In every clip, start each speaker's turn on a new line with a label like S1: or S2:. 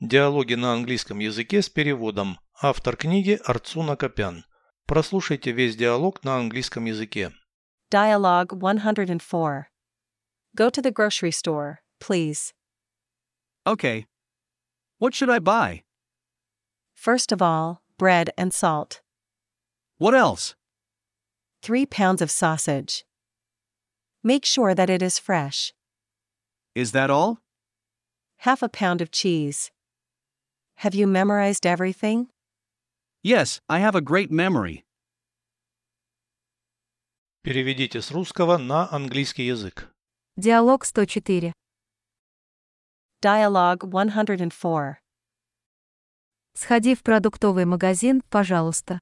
S1: Диалоги на английском языке с переводом. Автор книги Арцуна Копян. Прослушайте весь диалог на английском языке.
S2: Dialogue 104. Go to the grocery store, please.
S3: Okay. What should I buy?
S2: First of all, bread and salt.
S3: What else?
S2: Three pounds of sausage. Make sure that it is fresh.
S3: Is that all?
S2: Half a pound of cheese. Have you memorized everything?
S3: Yes, I have a great memory.
S1: Переведите с русского на английский язык.
S4: Диалог 104.
S2: Dialogue 104.
S4: Сходи в продуктовый магазин, пожалуйста.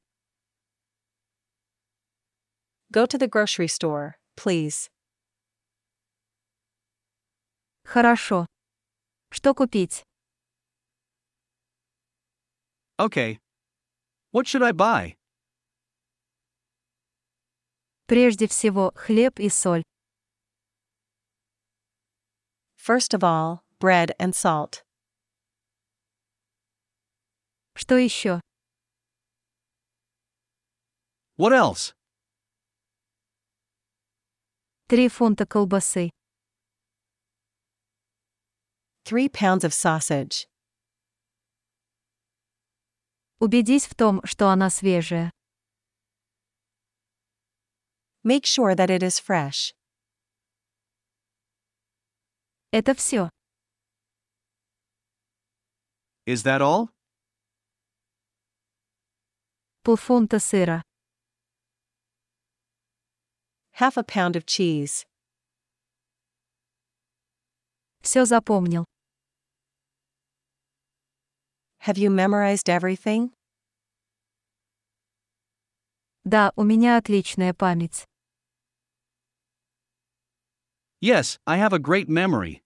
S2: Go to the grocery store, please.
S4: Хорошо. Что купить?
S3: Okay. What should I buy?
S4: Прежде всего, хлеб и соль.
S2: First of all, bread and salt.
S4: Что еще?
S3: What else?
S4: Три фунта колбасы.
S2: Three pounds of sausage.
S4: Убедись в том, что она свежая.
S2: Make sure that it is fresh.
S4: Это все.
S3: Is that all?
S4: Полфунта сыра.
S2: Half a pound of cheese.
S4: Все запомнил.
S2: Have you memorized everything?
S4: Да, у меня отличная память.
S3: Yes, I have a great memory.